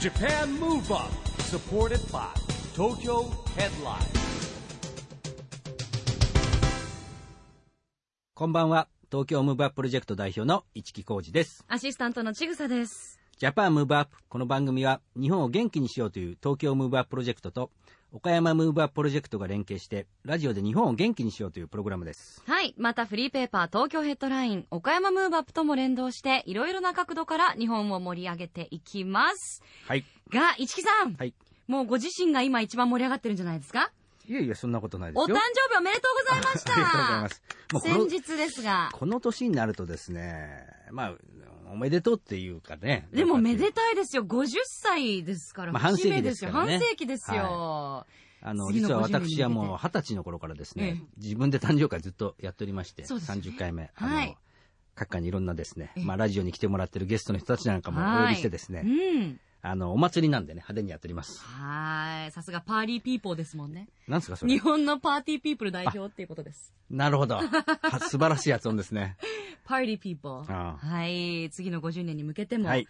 Japan Move Up supported by Tokyo Headline こんばんは。東京ムーブアッププロジェクト代表の市木浩二です。アシスタントのちぐさです。ジャパンムーブアップ。この番組は日本を元気にしようという東京ムーブアッププロジェクトと岡山ムーブアッププロジェクトが連携してラジオで日本を元気にしようというプログラムです。はい。またフリーペーパー東京ヘッドライン、岡山ムーブアップとも連動して、いろいろな角度から日本を盛り上げていきます。はい。が、市木さん、はい。もうご自身が今一番盛り上がってるんじゃないですかいやいや、そんなことないでおす誕よ。生日おめでとうございましたありがとうございます。もうこの先日ですが。この年になるとですね、まあ、おめでとうっていうかね。でもめでとたいですよ。50歳ですから。まあ半世紀節目ですからね半世紀ですよ。あの、次の実は50に向けて私はもう二十歳の頃からですね、ええ自分で誕生会ずっとやっておりまして、そうですね30回目。あのはい各界にいろんなですね、ええまあ、ラジオに来てもらってるゲストの人たちなんかもお呼びしてですね、うん。あの、お祭りなんでね、派手にやっております。はい。さすがパーリーピーポーですもんね。なんですか、そ日れ。本のパーティーピープル代表っていうことです。なるほど。は素晴らしいやつ音です ね。パーティーピーポー。ああはい。次の50年に向けても、はい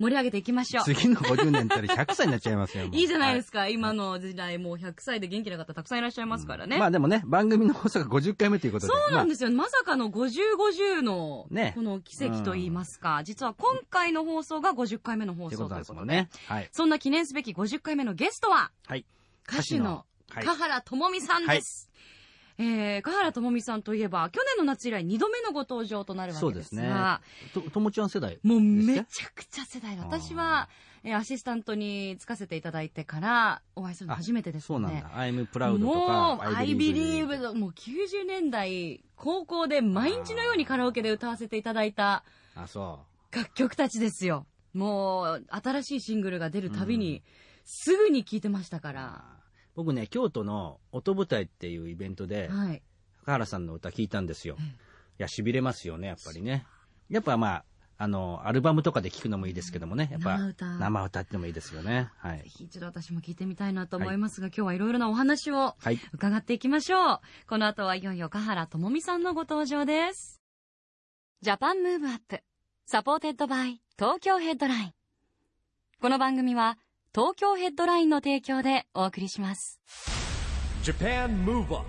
盛り上げていきましょう。次の50年ったら100歳になっちゃいますよ。もういいじゃないですはか。今の時代、もう100歳で元気な方たくさんいらっしゃいますからね。まあでもね、番組の放送が50回目ということで。。そうなんですすよ。まさかの50、50の、ねこの奇跡と言いますか、実は今回の放送が50回目の放という送といこうこととなんで。ですもんね。はい。そんな記念すべき50回目のゲストは、はい。歌手のはい香原智美さんです。えー、香原智美さんといえば、去年の夏以来2度目のご登場となるわそうけでですすねが、。と、ともちゃん世代。もうですめねちゃくちゃ世代だ。私は、えーアシスタントにつかせていただいてから、お会いするの初めてですそうね。なんだ。I'm proud ともう、か。 I believe, believe のもう90年代、高校で毎日のようにカラオケで歌わせていただいたあ、そ楽曲たちですよ。もう、新しいシングルが出るたびに、すぐに聴いてましたかうら。。僕ね、京都の音舞台っていうイベントで、はい。高原さんの歌聞いたんですよ。いや、痺れますよね、やっぱりね。やっぱまあ、あの、アルバムとかで聞くのもいいですけどもね、やっぱ、生歌生歌ってのもいいですよね。はぜい。ひ一度私も聴いてみたいなと思いますが、今日はいろいろなお話をはい。伺っていきましょう。この後はいよいよ香原智美さんのご登場です。ジャパンムーブアップ、サポーテッドバイ東京ヘッドライン。この番組は東京ヘッドラインの提供でお送りします。 Japan Move Up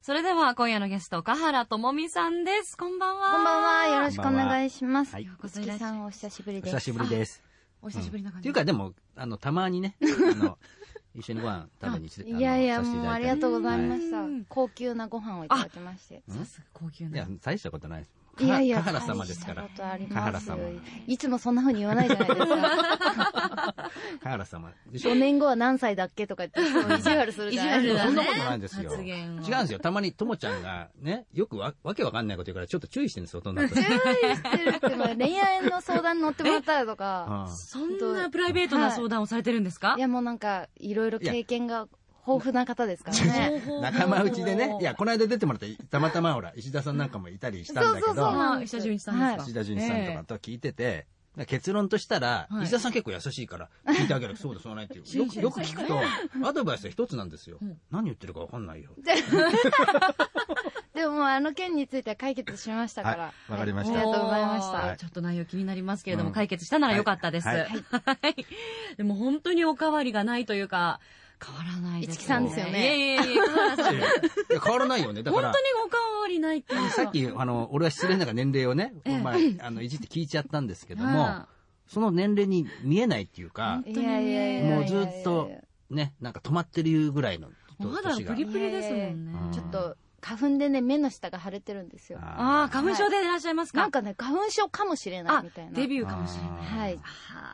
それでは今夜のゲスト、香原智美さんです。こんばんは。こんばんは。よろししくお願いします。はいいようこそいらっ月しゃさいん、お久しぶりおです。久しぶりです。お久しぶりなっ感てじ。いうか、でも、あの、たまにね、あの、 一緒にご飯食べに来て、いやいや、あのさせてもうたあだいりたがりとうございましうたん。高級なご飯をいただきまして。さすが高級いやな。、大したことないです。いやいや、かは原様ですから大し。たことありますかはら様いつもそんな風に言わないじゃないですか。高原様でしょ5年後は何歳だっけとか言って、そう意地悪するじゃないです意地そか。悪んだなねことないですよ。発違言うんをですよ。たまにともちゃんがね、よくわわけわかんないこと言うからちょっと注意してるんですよ、大人たち。知ってるっていうのは恋愛の相談に乗ってもらったらとか、ああそんなプライベートな相談をされてるんですか、 いやもうなんか、いろいろ経験が豊富な方ですからね。情報仲間内でね、いや、ここの間出てもらった、たまたまほら、石田さんなんかもいたりしたんだけそうそうど、なんです石田純一さんですか、はい石田純一さんとかと聞いてて、結論としたら、はい石田さん結構優しいから、聞いてあげる、そうだ、そうないっていう。よく、よく聞くと、アドバイスは一つなんですよ。何言ってるかわかんないよ。 でももうあの件については解決しましたかはら。いわかりまあしりたがとうございましおーた。はいちょっと内容気になりますけれども、うん解決したなら良かったです。ははいい。はいでも本当におかわりがないというか、変わらないです、一木さんですよねいやいやいや、変わらない。いや変わらないよね。だか本ら当、におかわりないっていうか。さっき、あの、俺は失礼ながら年齢をね、ええまあ、あの、いじって聞いちゃったんですけどもは、その年齢に見えないっていうか、当にいやいやいやいやいやもうずっと、ね、なんか止まってるぐらいのお肌年がプ。リプリですもんね。うんちょっと花粉でね目の下が腫れてるんですよああ、あ花粉症でいらっしゃいますか、なんかね花粉症かもしれないあみたい、なデビューかもしれない。あはい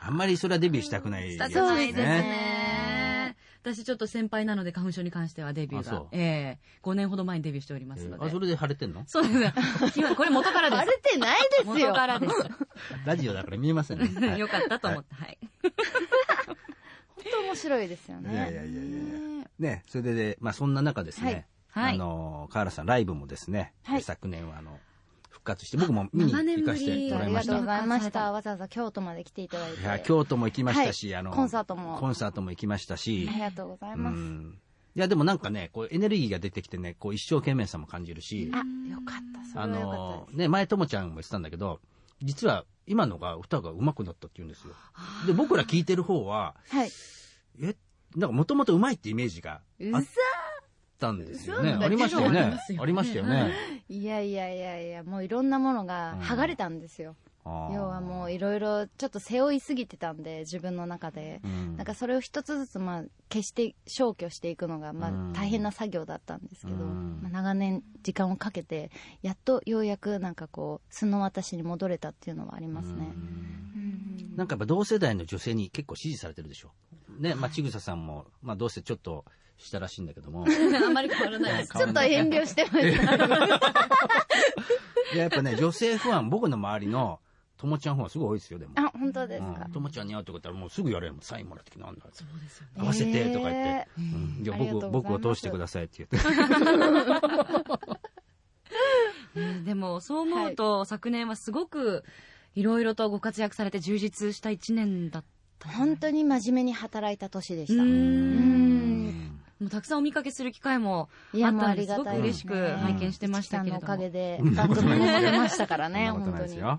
あんまりそれはデビューしたくないしたやつくですなね。いですね。私ちょっと先輩なので花粉症に関してはデビューあがそう。ええ5年ほど前にデビューしておりますのあ、そで。れで腫れてんのそうですね。今これ元からです。腫れてないです元よからです。ラジオだから見えませんね。 はいよかったと思って、はい。本当面白いですよいやいねやいやいやね、それで、まあそんな中ですね、はいはいあの、河原さんライブもですね、はい昨年はあの、復活して、僕も見にあ行かせてもやらあいりまがしとたうご。ざいましはたわざわざ京都まで来ていただいていや、京都も行きましたし、はいあの、コンサートもコンサートも行きましたし、ありがとうございまうすんいや、でもなんかね、こうエネルギーが出てきてね、こう一生懸命さも感じるし、あよかったそあれはよかったのでね、前ともちゃんも言ってたんだけど、実は今のが歌が上手くなったって言うんですよ。で、僕ら聞いてる方は、はい。え、なんかもともと上手いってイメージがあったんですよね。嘘だけどありましたよありねますよ。ねありましたよね。いやいやいやいや、もういろんなものが剥がれたんですよ。あー要はもういろいろちょっと背負いすぎてたんで、自分の中で。うんなんかそれを一つずつまあ消して消去していくのがまうんあ大変な作業だったんですけど、うんまあ、長年時間をかけてやっとようやくなんかこう素の私に戻れたっていうのはありますね。うんなんかやっぱ同世代の女性に結構支持されてるでしょ。ね、まあ、ちぐささんも、まあ、どうせちょっとしたらしいんだけども。 あんまり変わらないです。ちょっと遠慮してました。いや、やっぱね、女性ファン、僕の周りの、ともちゃんファンはすごい多いですよ、でも。あ、本当ですかうん。ともちゃんに会うってことは、もうすぐやれよ、サインもらってきて、なんだ、そうですよね。合わせて、とか言って。えうーんじゃあありがとう僕、ござ僕いまを通すしてくださいって言って。ねでもそう思うと、昨年はすごくいろいろとご活躍されて充実した一年だった本当に真面目に働いた年でした。うーんもうたくさんお見かけする機会もいあや、っもうたあんでりすがごくたいで嬉すしね。く拝見してましたけれさんどのおかもげ。で、番組 も出ましたからね、そんなこと本当ないですに。いよ。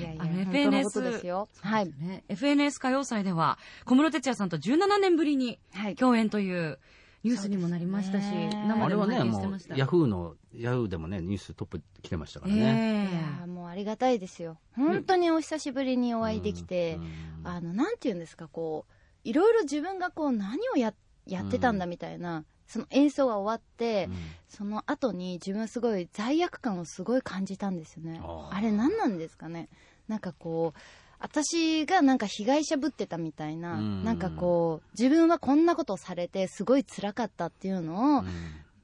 やいや、あの本当のことですよ。はい。ね FNS 歌謡祭では小室哲哉さんと17年ぶりにはい。共演というニュースにもなりましたし、そうですね生あでれもはね、拝見しもてうました。、ヤフーの、ヤフーでもね、ニューストップ来てましたからね。いやーもうありがたいですよ。本当にお久しぶりにお会いできてう、んあの、なんて言うんですか、こう、いろいろ自分がこう、何をや、やってたんだみたいな、その演奏が終わって、その後に自分すごい罪悪感をすごい感じたんですよね。ああーれ何なんですかねなんかこう、私がなんか被害者ぶってたみたいな、うんなんかこう、自分はこんなことをされてすごい辛かったっていうのを、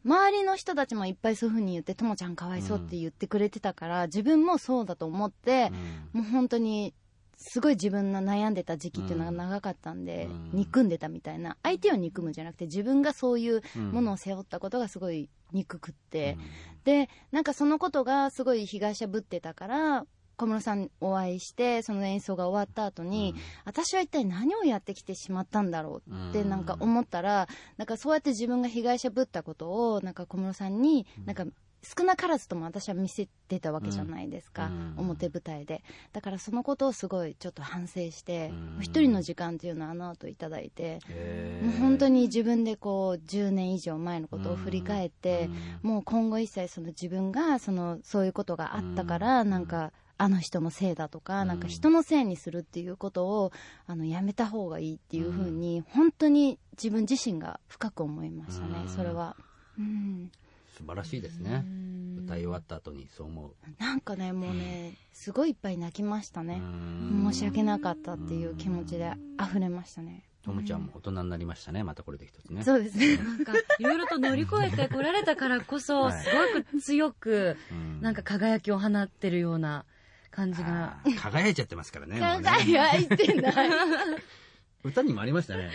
周りの人たちもいっぱいそういうふうに言って、ともちゃんかわいそうって言ってくれてたから、自分もそうだと思って、もう本当に、すごい自分の悩んでた時期っていうのが長かったんで、うん憎んでたみたいな。相手を憎むじゃなくて、自分がそういうものをっ背負ったことがすごい憎くって、でなんかそのことがすごい被害者ぶってたから小室さんにお会いしてその演奏が終わった後に、私は一体何をやってきてしまったんだろうってなんか思ったら、なんかそうやって自分が被害者ぶったことをなんか小室さんにうんなんか少なからずとも私は見せてたわけじゃないですか、うん表舞台でだからそのことをすごいちょっと反省してうんもう一人の時間っていうのをあの後いただいて、てもう本当に自分でこう10年以上前のことを振り返って、うんもう今後一切その自分がそのそういうことがあったから、うんなんかあの人のせいだとか、うんなんか人のせいにするっていうことをあのやめた方がいいっていうふうに、本当に自分自身が深く思いましたね、うんそれは。うん、素晴らしいですね。歌い終わった後にそう思う。なんかねもうねすごいいっぱい泣きましたうね、ん申し訳なかったっていう気持ちで溢れましたね、ともちゃんも大人になりましたね。またこれで一つね。そうですねなんかいろいろと乗り越えてこられたからこそ はすいごく強くうんなんか輝きを放ってるような感じがあー輝いちゃってますからね。もうね輝いて ない歌にもありましたね。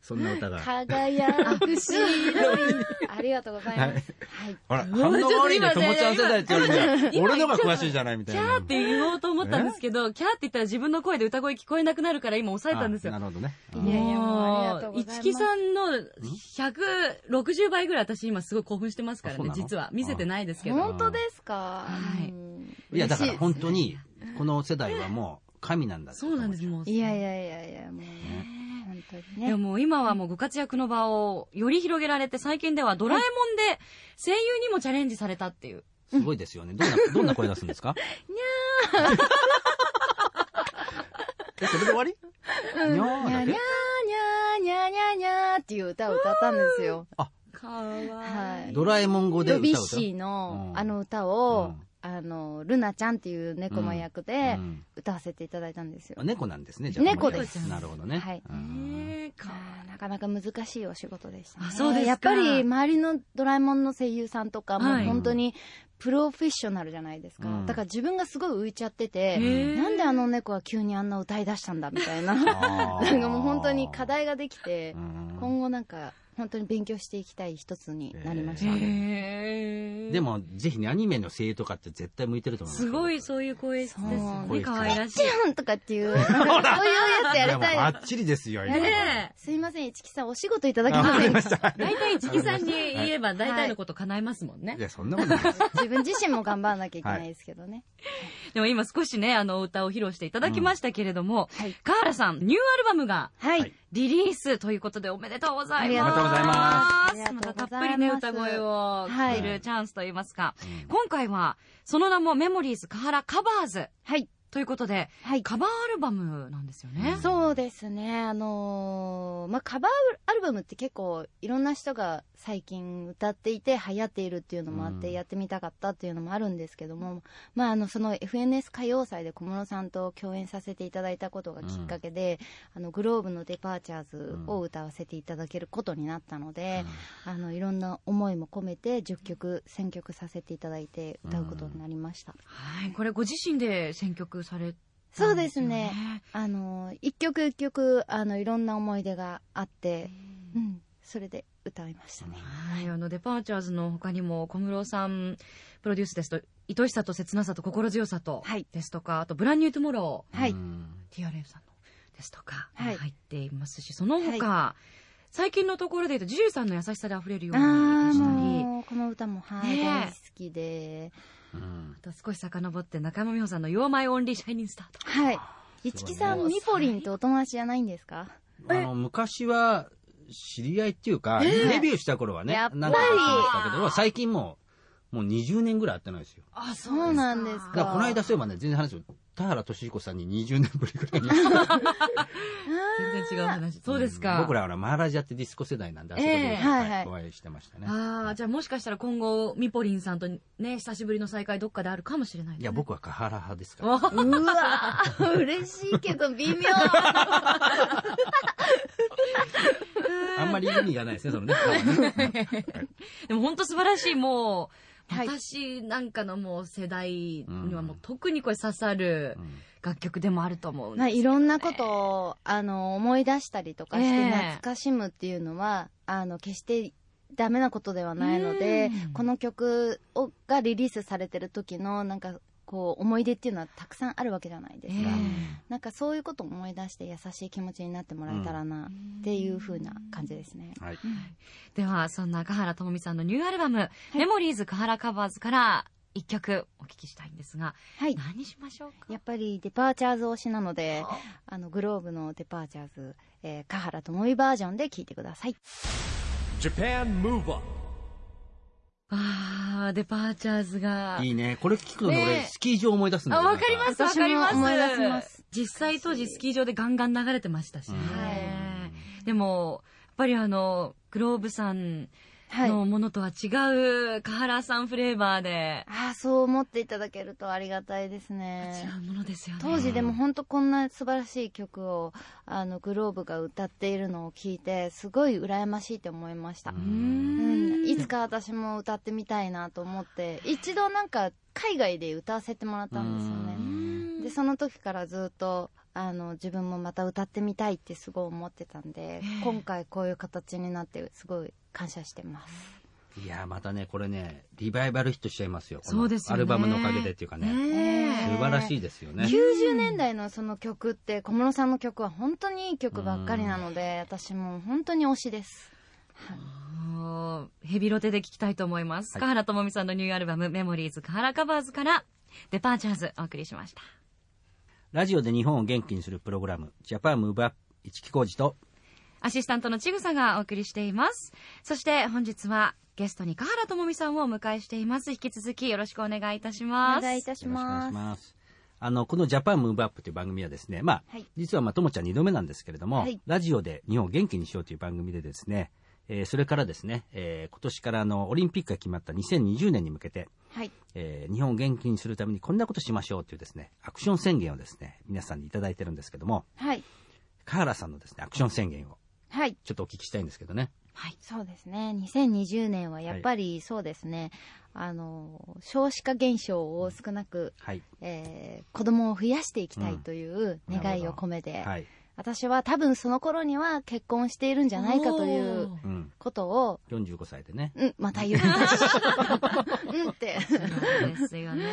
そんな歌が。輝くし ありがとうございます、はいほら、反応が悪いんだよ、ちょともっと今ちゃん世代って言われてる、今俺のが詳しいじゃないみたいキな。ャーって言おうと思ったんですけど、キャーって言ったら自分の声で歌声聞こえなくなるから今抑えたんですよあ。なるほどね。あいやいやもうありがとうございます一木さんの160倍ぐらい私今すごい興奮してますからあそうねな、の実は。見せてないですけど。本当ですかはいうんいや、だから本当嬉しいに、この世代はもう神なんだってそうなんです、もう。ですねいやいやいやいやもうね本当にでねもう今はもうご活躍の場をより広げられて、最近ではドラえもんで声優にもチャレンジされたっていう。すごいですよね。どんな、どんな声出すんですかにゃー え、それで終わりにゃーにだゃけにゃーにゃーにゃーにゃーにゃーっていう歌を歌ったんですよかわはいいドラえもん語でドビュッ歌うと。シーのうんあの歌をうんあのルナちゃんっていう猫の役でうん歌わせいただいたんですよあ猫なんですね、じゃあ。猫ですなるほどね。はい うんねえかわいい。あーなかなか難しいお仕事でしたねあそうですかやっぱり周りのドラえもんの声優さんとかもはうい本当にプロフェッショナルじゃないですか、うんだから自分がすごい浮いちゃってて、へーなんであの猫は急にあん な歌い出したんだみたいななんあーかもう本当に課題ができてう、ん今後なんか本当に勉強していきたい一つになりましえた、へーでも、ぜひね、アニメの声優とかって絶対向いてると思いますすよ。ごいそういう声質ですよそうね。可愛らしい。ちゃんとかっていう、なんかそういうやつやりやもうたいバな。ッチリですよ、今。ねすいません、市木さん、お仕事いただけませんかた。大体、一木さんに言えば大体のこと叶えますもんねい。や、そんなことないです。自分自身も頑張らなきゃいけないですけどね。でも今少しね、あの、歌を披露していただきましたけれども、はい。河原さん、ニューアルバムがはい。はいリリースということでおめでとうございます。ありがとうございますありがとうございますたたっぷりね、歌声をはい聞けるチャンスといいますか、うん今回は、その名もメモリーズ河原カバーズはい。ということで、はい。カバーアルバムなんですよね。そうですね。あのーまあ、カバーアルバムって結構いろんな人が最近歌っていて流行っているっていうのもあって、うんやってみたかったっていうのもあるんですけども、まあ、あの、その FNS 歌謡祭で小室さんと共演させていただいたことがきっかけで、あの、グローブのデパーチャーズを歌わせていただけることになったので、あの、いろんな思いも込めて10曲選曲させていただいて歌うことになりました。はい、これご自身で選曲されたそうんですよね。あの一曲一曲あのいろんな思い出があって、うん、それで歌いましたね。はい、あのデパーチャーズの他にも小室さんプロデュースですと愛しさと切なさと心強さとはいですとか、あとブランニュートゥモロはいうんー TRF さんのですとか、はい入っていますしその他、最近のところで言うとジュリーさんの優しさであふれるようあにあでしたりもうこの歌もはい、ねえ大好きで、うんあと少し遡って中山美穂さんの「You're My Only Shining Star」とはい。一木さん、ミポリンとお友達じゃないんですか？あの、昔は、知り合いっていうか、ええデビューした頃はね、やなっんぱかりそうでしたけど、最近もう、もう20年ぐらい会ってないですよ。あそうなんですかだからこの間そういえばね、全然話を、田原俊彦さんに20年ぶりぐらいに。全然違う話そうですか、ん僕らはほらマーラジャってディスコ世代なんで、あそこで、ええはいはいお会いしてましたね。ああ、じゃあもしかしたら今後、ミポリンさんとね、久しぶりの再会どっかであるかもしれない、ね。いや、僕はカハラ派ですから。おー。うわー、 嬉しいけど微妙。あんまり意味がないですね、その ね。はいでも本当素晴らしい、もう、はい私なんかのもう世代にはもううん特にこれ刺さるうん楽曲でもあると思うんまですあけいどろんなことをあの思い出したりとかしええて懐かしむっていうのは、あの決してダメなことではないのでうんこの曲をがリリースされてる時のなんかこう思い出っていうのはたくさんあるわけじゃないですか、えなんかそういうことを思い出して優しい気持ちになってもらえたらなっていう風な感じですね、はい。では、そんな香原朋美さんのニューアルバム、メモリーズ香原カバーズから一曲お聞きしたいんですが、はい何にしましょうかやっぱりデパーチャーズ推しなのであのグローブのデパーチャーズ、えー、香原朋美バージョンで聴いてください Japan Move Up, わあ、デパーチャーズが。いいね。これ聞くとね、ねえ俺、スキー場思い出すんだあ、よねわかります、わ私もかります。思い出します実際当時スキー場でガンガン流れてましたしね。はでも、やっぱりあの、グローブさんはいのものとは違う、カハラさんフレーバーで、ああそう思っていただけるとありがたいですね違うものですよね。当時でも本当こんな素晴らしい曲をあのグローブが歌っているのを聞いてすごい羨ましいと思いました、ううーうんん。いつか私も歌ってみたいなと思って一度なんか海外で歌わせてもらったんですようねうんでその時からずっとあの自分もまた歌ってみたいってすごい思ってたんで今回こういう形になってすごい感謝してますいや、またね、これね、リバイバルヒットしちゃいますよ。このそうですアよね。ルバムのおかげでっていうかね。ね素晴らしいですよね。 90年代のその曲って小室さんの曲は本当にいい曲ばっかりなので私もう本当に推しですもうヘビロテで聞きたいと思います。はいカハラともみさんのニューアルバム、メモリーズカハラカバーズから、デパーチャーズお送りしました。ラジオで日本を元気にするプログラム、ジャパンムーブアップ、市木浩二と、アシスタントのちぐさがお送りしています。そして本日はゲストに香原智美さんをお迎えしています。引き続きよろしくお願いいたします。お願いいたしよろしくお願まいしすます。あの、このジャパンムーブアップという番組はですね、まあ、はい実はまあ、ともちゃん2度目なんですけれども、はいラジオで日本を元気にしようという番組でですね、えーそれからですね、えー今年からあの、オリンピックが決まった2020年に向けて、はいえー日本を元気にするためにこんなことしましょうというですね、アクション宣言をですね、皆さんにいただいてるんですけども、はい河原さんのですね、アクション宣言をはいちょっとお聞きしたいんですけどね。はい。そうですね2020年はやっぱりそうですね、あの少子化減少を少なく、はい。えー子供を増やしていきたいといううん願いなるをほど込めて、はい。私は多分その頃には結婚しているんじゃないかというおーうん、ことを、 45歳でね。うん、ま た言う。うんって。 そうですよね。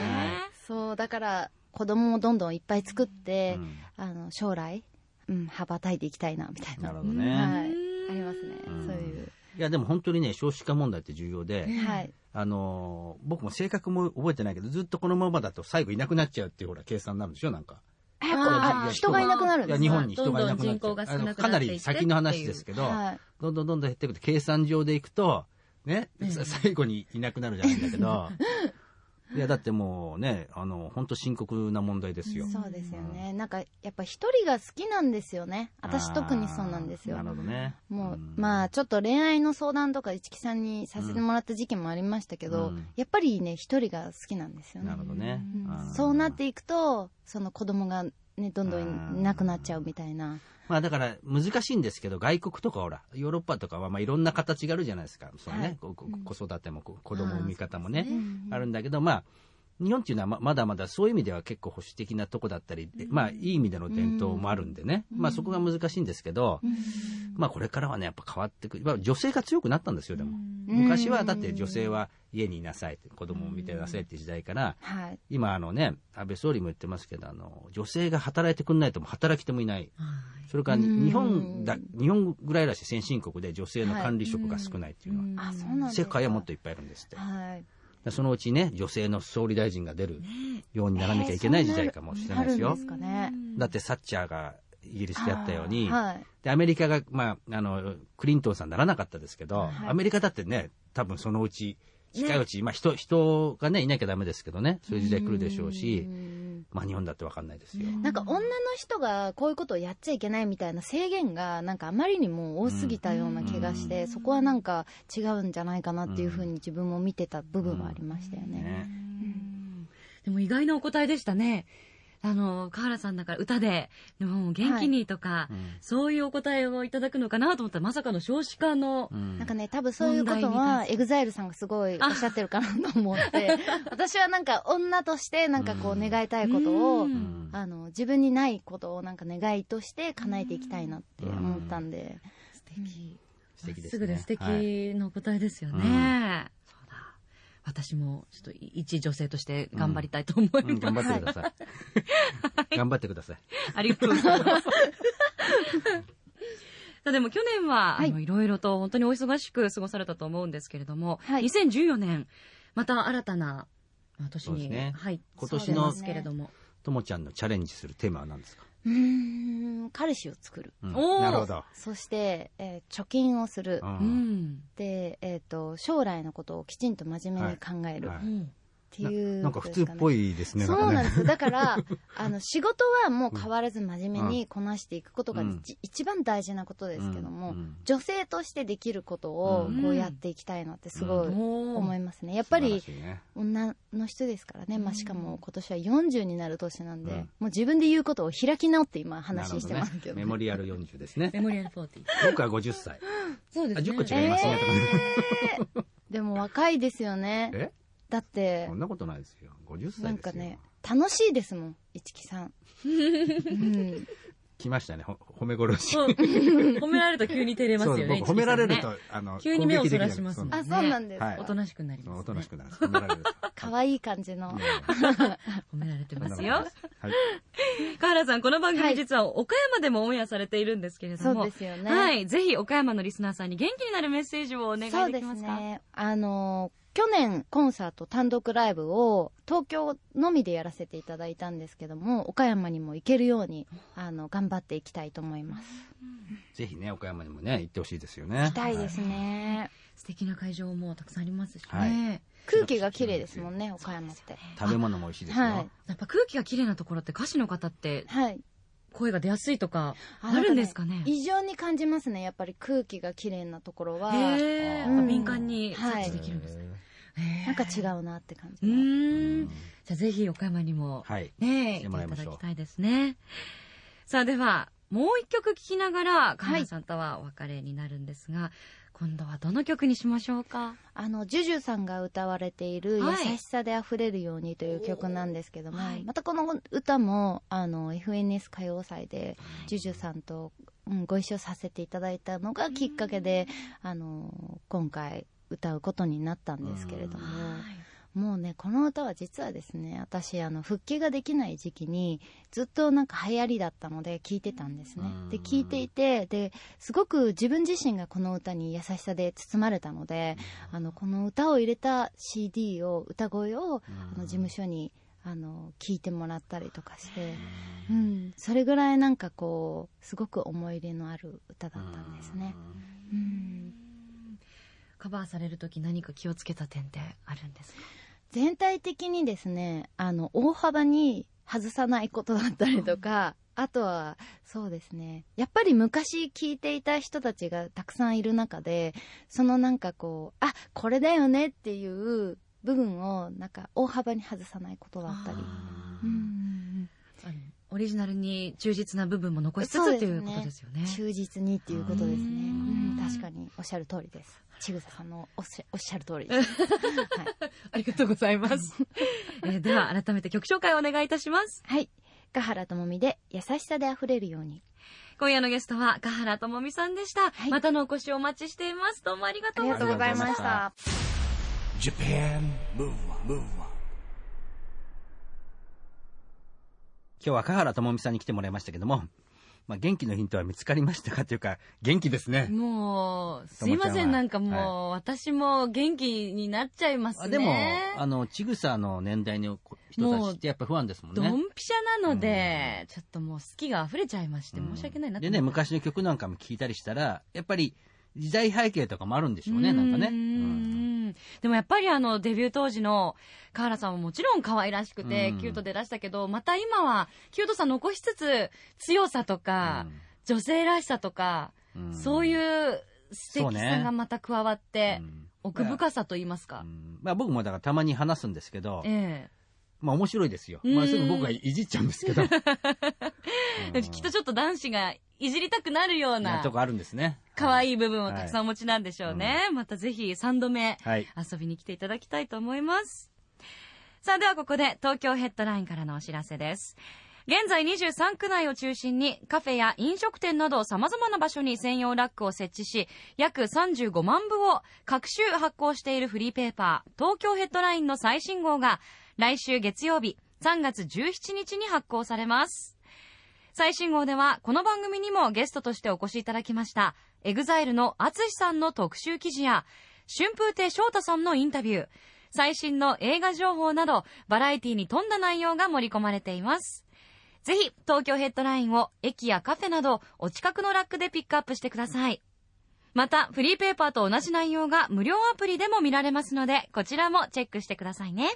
そう、だから子供をどんどんいっぱい作って、うんあの、将来、うん、羽ばたいていきたいな、みたいなな。るあほどね。はういんりますね。うんそういう。いや、でも本当にね、少子化問題って重要で、はい。あのー僕も性格も覚えてないけど、ずっとこのままだと最後いなくなっちゃうっていうほら、計算になるんでしょなんか。え、これあーあ人がいなくなるんいでや、す日か本に人がいなくなっちゃどう。んどん人口があ少なのくなかっていってなり先の話ですけど、はい。どんどんどんどん減っていくと計算上でいくと、ね、さ最後にいなくなるじゃないんだけど、 いや、だってもうね、あの、本当深刻な問題ですよ。そうですよね。なんか、やっぱ一人が好きなんですよね。私特にそうなんですよあー。なるほどね。もう、まあ、ちょっと恋愛の相談とか、市木さんにさせてもらった時期もありましたけうど、んやっぱりね、一人が好きなんですよなねる。ほどね。うんあーそうなっていくと、その子供がね、どんどんいなくなっちゃうみたいな。まあだから難しいんですけど、外国とかほら、ヨーロッパとかはまあいろんな形があるじゃないですか。そうね、はいここ子育てもこ子供産み方もあーねそうですねあるんだけど、まあ、日本っていうのはままだまだそういう意味では結構保守的なとこだったり、まあいい意味での伝統もあるんでね、まあそこが難しいんですけど、まあこれからはね、やっぱ変わってくる、まあ、女性が強くなったんですよ、でも。うん昔はだって女性は家にいなさいって、子供を見てなさいって時代から、はい。今あのね、安倍総理も言ってますけど、あの、女性が働いてくんないともう働き手もいない。それからにうん日本だ、日本ぐらいらしい先進国で女性の管理職が少ないっていうのは、あ、そうなんですか世界はもっといっぱいあるんですって。はい。でそのうちね、女性の総理大臣が出るようにならなきゃいけない時代かもしれないですなよるん。ですかね。だってサッチャーがイギリスでやったように、はい。でアメリカが、まあ、あの、クリントンさんならなかったですけど、はいアメリカだってね、多分そのうち、近いうち、まあ人、人がね、いなきゃダメですけどね、そういう時代来るでしょうし、うんまあ日本だってわかんないですよ。なんか女の人がこういうことをやっちゃいけないみたいな制限がなんかあまりにも多すぎたような気がして、そこはなんか違うんじゃないかなっていうふうに自分も見てた部分はありましたよね。ね。うんでも意外なお答えでしたね。あの、河原さんだから歌で、日本を元気にとか、うんそういうお答えをいただくのかなと思ったら、まさかの少子化の、うんなんかね、多分そういうこと問題は、エグザイルさんがすごいおっしゃってるかなと思って、私はなんか女としてなんかうこうん願いたいことをう、うんんあの、自分にないことをなんか願いとして叶えていきたいなって思ったんで、素敵。素敵ですねすぐで素敵なお答えですよね。そうだ。私も、ちょっと、一女性として頑張りたいと思います。うん頑張ってください。 頑張ってください。ありがとうございます。さあでも去年は、はいい、あのいろいろと本当にお忙しく過ごされたと思うんですけれども、はい2014年また新たなまあ年そうでに、すねはい、今年のそうですけれども、ともちゃんのチャレンジするテーマは何ですか、うーん、彼氏を作る。うんおーなるほど。そして、えー貯金をするう。うんん、で、えっ、と、将来のことをきちんと真面目に考えるはっいうんていう、なんか普通っぽいいですね。そうなんかでねすよ。だから、 あの、仕事はもう変わらず真面目にこなしていくことがうん一一番大事なことですけども、うんうん女性としてできることをうんこうやっていきたいなってすごいおー思いますね。やっぱり素晴らしいね女の人ですからね、まあ、しかも今年は40になる年なんで、うんもう自分で言うことを開き直って今話してますなるけど,、ほねメモリアル40ですね メ。モリアル40僕は50歳。そうであ、10個ね違いますね。でも若いですよね。えだってそんなことないですよ。50歳ですよ。なんかね、楽しいですもん、市木さん。うん、来ましたね、ほ褒め殺し。そう褒められると急に照れますそよう、ね僕褒められると一木さんね、あの、急に目を攻撃できないそらしますもんそう あ、そうなんですか。はいおとなしくなります、ね、おとなしくなる。褒められると。可愛い感じの。褒められてそんまなこすとよないですはい。河原さんこの番は組い実は岡山でもオンエアされているんですけれども、そうですよねはいぜひ岡山のリスナーさんに元気になるメッセージをお願いできそうでますすかね。あの、去年コンサート単独ライブを東京のみでやらせていただいたんですけども、岡山にも行けるように、あの、頑張っていきたいと思います。ぜひね、岡山にもね、行ってほしいですよね。行きたいですね。素敵な会場もたくさんありますしね、は空気が綺麗ですもんね、岡山って。はい。食べ物も美味しいですはよい。やっぱ空気が綺麗なところって歌手の方ってはい。声が出やすいとかああるんですかねなん異常に感じますね、やっぱり空気が綺麗なところは。へーうん敏感には察い知できるんですね、へーなんか違うなって感うじが。ーんじゃあぜひ岡山にもはい。ね来え来てていもらいたまだしょうきたいですねさあではもう一曲聴きながら、カナさんとはお別れになるんですが、今度はどの曲にしましょうかあの、ジュジュさんが歌われている、はい優しさで溢れるようにという曲なんですけども、はいまたこの歌も、あの、FNS 歌謡祭で、ジュジュさんと、うん、ご一緒させていただいたのがきっかけで、あの、今回歌うことになったんですけれども、もうね、この歌は実はですね、私、あの、復帰ができない時期に、ずっとなんか流行りだったので、聴いてたんですねうん。で、聴いていて、で、すごく自分自身がこの歌に優しさで包まれたので、あの、この歌を入れた CD を、歌声を、あの、事務所に、あの、聴いてもらったりとかして、うん、それぐらいなんかこう、すごく思い入れのある歌だったんですね。うんカバーされる時何か気をつけた点ってあるんですか全体的にですねあの大幅に外さないことだったりとかあとはそうですねやっぱり昔聞いていた人たちがたくさんいる中でそのなんかこうあこれだよねっていう部分をなんか大幅に外さないことだったりあうーんあのオリジナルに忠実な部分も残しつそうつでとすねいうことですよね。忠実にっていうことですねうんうん確かにおっしゃる通りですちぐささんのおっしゃおっ しゃる通りです、はいありがとうござい ます。えーでは改めて曲紹介をお願いいたします。はい、香原朋美で優しさで溢れるように今夜のゲストは香原智美さんでした。はいまたのお越しをお待ちしています。どうもありがとあうりござがというまごす。ざいました Japan Move Up, Move Up. 今日は香原朋美さんに来てもらいましたけども、まあ、元気のヒントは見つかりましたかというか、元気ですね。もう、すいません。なんかもう、私も元気になっちゃいますあね。でも、あの、ちぐさの年代の人たちってやっぱ不安ですもんドね。ンピシャなので、ちょっともう好きが溢れちゃいまして、申し訳ないなってでね、昔の曲なんかも聴いたりしたら、やっぱり時代背景とかもあるんでしょうね、なんかね。ううーんんでもやっぱりあのデビュー当時の河原さんはもちろん可愛らしくて、うんキュートでらしたけどまた今はキュートさ残しつつ強さとか、女性らしさとか、うんそうういう素敵さがまた加わって、ん奥深さと言いますかう、んまあ僕もだからたまに話すんですけど、えまあ面白いですよ。まあすぐ僕がいじっちゃうんです けど。えきっとちょっと男子がいじりたくなるようななとこあるんですね。可い。愛い部分をたくさんお持ちなんでしょうね、またぜひ3度目はい。遊びに来ていただきたいと思います。さあではここで東京ヘッドラインからのお知らせです。現在23区内を中心にカフェや飲食店など様々な場所に専用ラックを設置し、約35万部を各週発行しているフリーペーパー、東京ヘッドラインの最新号が来週月曜日3月17日に発行されます。最新号ではこの番組にもゲストとしてお越しいただきました、エグザイルのアツシさんの特集記事や、春風亭昇太さんのインタビュー、最新の映画情報など、バラエティに富んだ内容が盛り込まれています。ぜひ、東京ヘッドラインを駅やカフェなど、お近くのラックでピックアップしてください。また、フリーペーパーと同じ内容が無料アプリでも見られますので、こちらもチェックしてくださいね。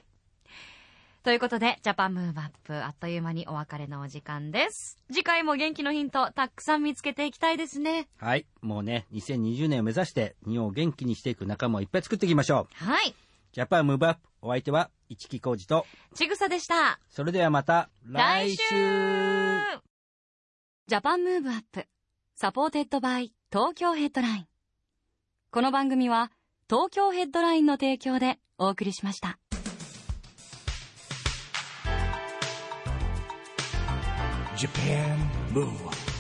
ということで、ジャパンムーブアップ、あっという間にお別れのお時間です。次回も元気のヒント、たくさん見つけていきたいですね。はい。もうね、2020年を目指して、日本を元気にしていく仲間をいっぱい作っていきましょう。はい。ジャパンムーブアップ、お相手は、市木浩二と、ちぐさでした。それではまた、来週ジャパンムーブアップサポーテッドバイ東京ヘッドラインこの番組は東京ヘッドラインの提供でお送りしました Japan Move Up.